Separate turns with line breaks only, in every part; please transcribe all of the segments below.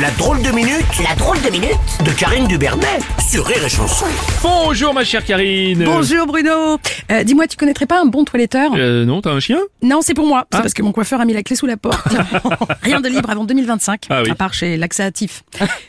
La drôle de minute, la drôle de minute de Karine Dubernet sur Rire et Chanson.
Bonjour ma chère Karine.
Bonjour Bruno. Euh, Dis-moi, tu connaîtrais pas un bon toiletteur
Euh, non, t'as un chien
Non, c'est pour moi. C'est
Ah.
parce que mon coiffeur a mis la clé sous la porte. Rien de libre avant 2025,
Ah oui.
à part chez laxatif.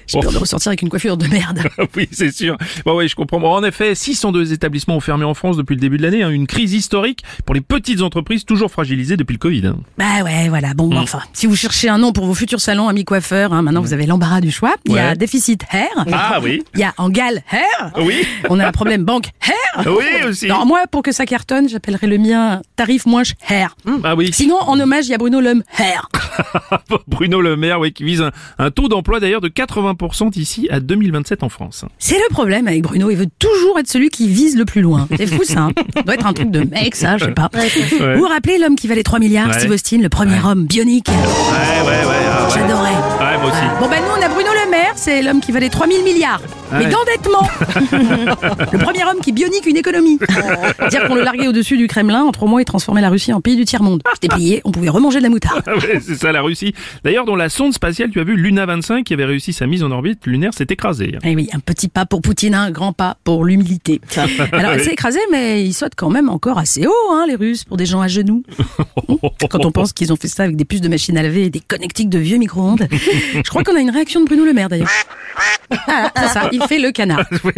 J'ai
Oh.
peur de ressortir avec une coiffure de merde.
Ah Oui, c'est sûr. Bon, oui, je comprends. Bon, en effet, 602 établissements ont fermé en France depuis le début de l'année. hein. une crise historique pour les petites entreprises toujours fragilisées depuis le Covid. hein.
Bah ouais, voilà.
Hmm.
Bon, enfin, si vous cherchez un nom pour vos futurs salons, amis coiffeurs, hein, maintenant vous avez l'embarras du choix. Il y a
Ouais.
déficit hair.
Ah oui.
Il y a Angal hair.
Oui.
On a un problème banque hair.
Oui, aussi.
Non, moi, pour que ça cartonne, j'appellerai le mien tarif moins ch- hair.
Ah oui.
Sinon, en hommage, il y a Bruno Lhomme hair.
Ah Bruno Le Maire, oui, qui vise un, un taux d'emploi d'ailleurs de 80% d'ici à 2027 en France.
C'est le problème avec Bruno, il veut toujours être celui qui vise le plus loin. C'est fou ça. hein. Ça doit être un truc de mec ça, je sais pas. Vous vous rappelez l'homme qui valait 3 milliards,
Ouais.
Steve Austin, le premier homme bionique
Ouais, ouais, ouais. ah, ouais.
J'adorais.
Ouais, moi aussi.
Bon ben nous on a Bruno Le Maire, c'est l'homme qui valait 3000 milliards. Mais
Ouais.
d'endettement Le premier homme qui bionique une économie. Dire qu'on le larguait au-dessus du Kremlin en trois mois et transformait la Russie en pays du tiers-monde. J'étais plié, on pouvait remanger de la moutarde.
Ah ouais, c'est ça la Russie. D'ailleurs, dans la sonde spatiale, tu as vu Luna 25 qui avait réussi sa mise en orbite lunaire s'est écrasée.
Eh oui, un petit pas pour Poutine, un grand pas pour l'humilité. Alors, il s'est écrasé, mais ils sautent quand même encore assez haut, hein, les Russes, pour des gens à genoux. Hein, Quand on pense qu'ils ont fait ça avec des puces de machines à laver et des connectiques de vieux micro-ondes. Je crois qu'on a une réaction de Bruno Le Maire, d'ailleurs. Ah, c'est ça, il fait le canard.
Oui.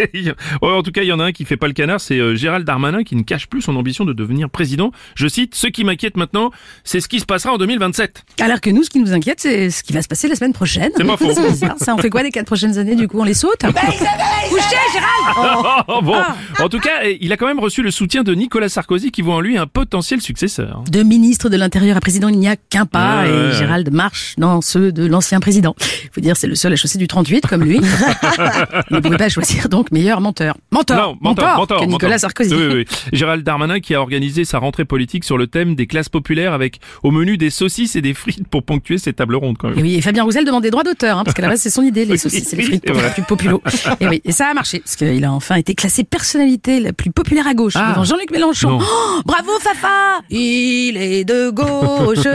Ouais, en tout cas, il y en a un qui fait pas le canard, c'est euh, Gérald Darmanin qui ne cache plus son ambition de devenir président. Je cite, ce qui m'inquiète maintenant, c'est ce qui se passera en 2027.
Alors que nous, ce qui nous inquiète, c'est ce qui va se passer la semaine prochaine.
C'est pas faux.
ça, ça, on fait quoi des quatre prochaines années, du coup On les saute Couchez, Gérald
Oh, bon.
Ah.
En tout cas, eh, il a quand même reçu le soutien de Nicolas Sarkozy qui voit en lui un potentiel successeur.
De ministre de l'Intérieur à président, il n'y a qu'un pas.
Ouais, ouais,
et
ouais.
Gérald marche dans ceux de l'ancien président. Faut dire, c'est le seul à chausser du 38, comme lui. il ne pouvait pas choisir donc meilleur menteur. Menteur
Non, mentor, mentor,
que Nicolas
mentor.
Sarkozy.
Oui, oui, oui. Gérald Darmanin qui a organisé sa rentrée politique sur le thème des classes populaires avec au menu des saucisses et des frites pour ponctuer ses tables rondes quand même.
Et oui, et Fabien Roussel demande des droits d'auteur, hein, parce qu'à la base, c'est son idée, les
Oui,
saucisses et les
oui,
frites
c'est
pour
vrai.
la pub populo. Et oui, et ça a marché, parce qu'il a enfin été classé personnalité la plus populaire à gauche,
Ah.
devant Jean-Luc Mélenchon.
Non.
Oh, bravo Fafa Il est de gauche,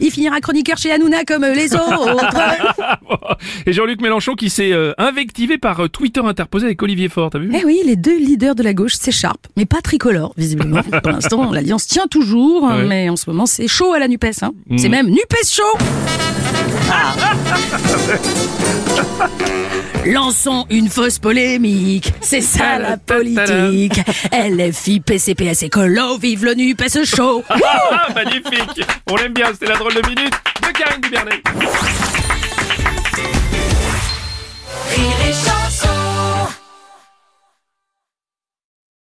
il finira chroniqueur chez Hanouna comme les autres.
Ah, Et Jean-Luc Mélenchon qui s'est euh, invectivé par euh, Twitter interposé avec Olivier Faure, t'as vu
Eh oui, les deux leaders de la gauche s'écharpent, mais pas tricolore, visiblement. Pour l'instant, l'alliance tient toujours, hein,
Ouais.
mais en ce moment, c'est chaud à la NUPES. Hein. C'est même NUPES chaud Lançons une fausse polémique, c'est ça la politique. LFI, PCPS, Écolo, vive le NUPES chaud
Ah, magnifique On l'aime bien, c'était la drôle de minute de Karine Dubernet.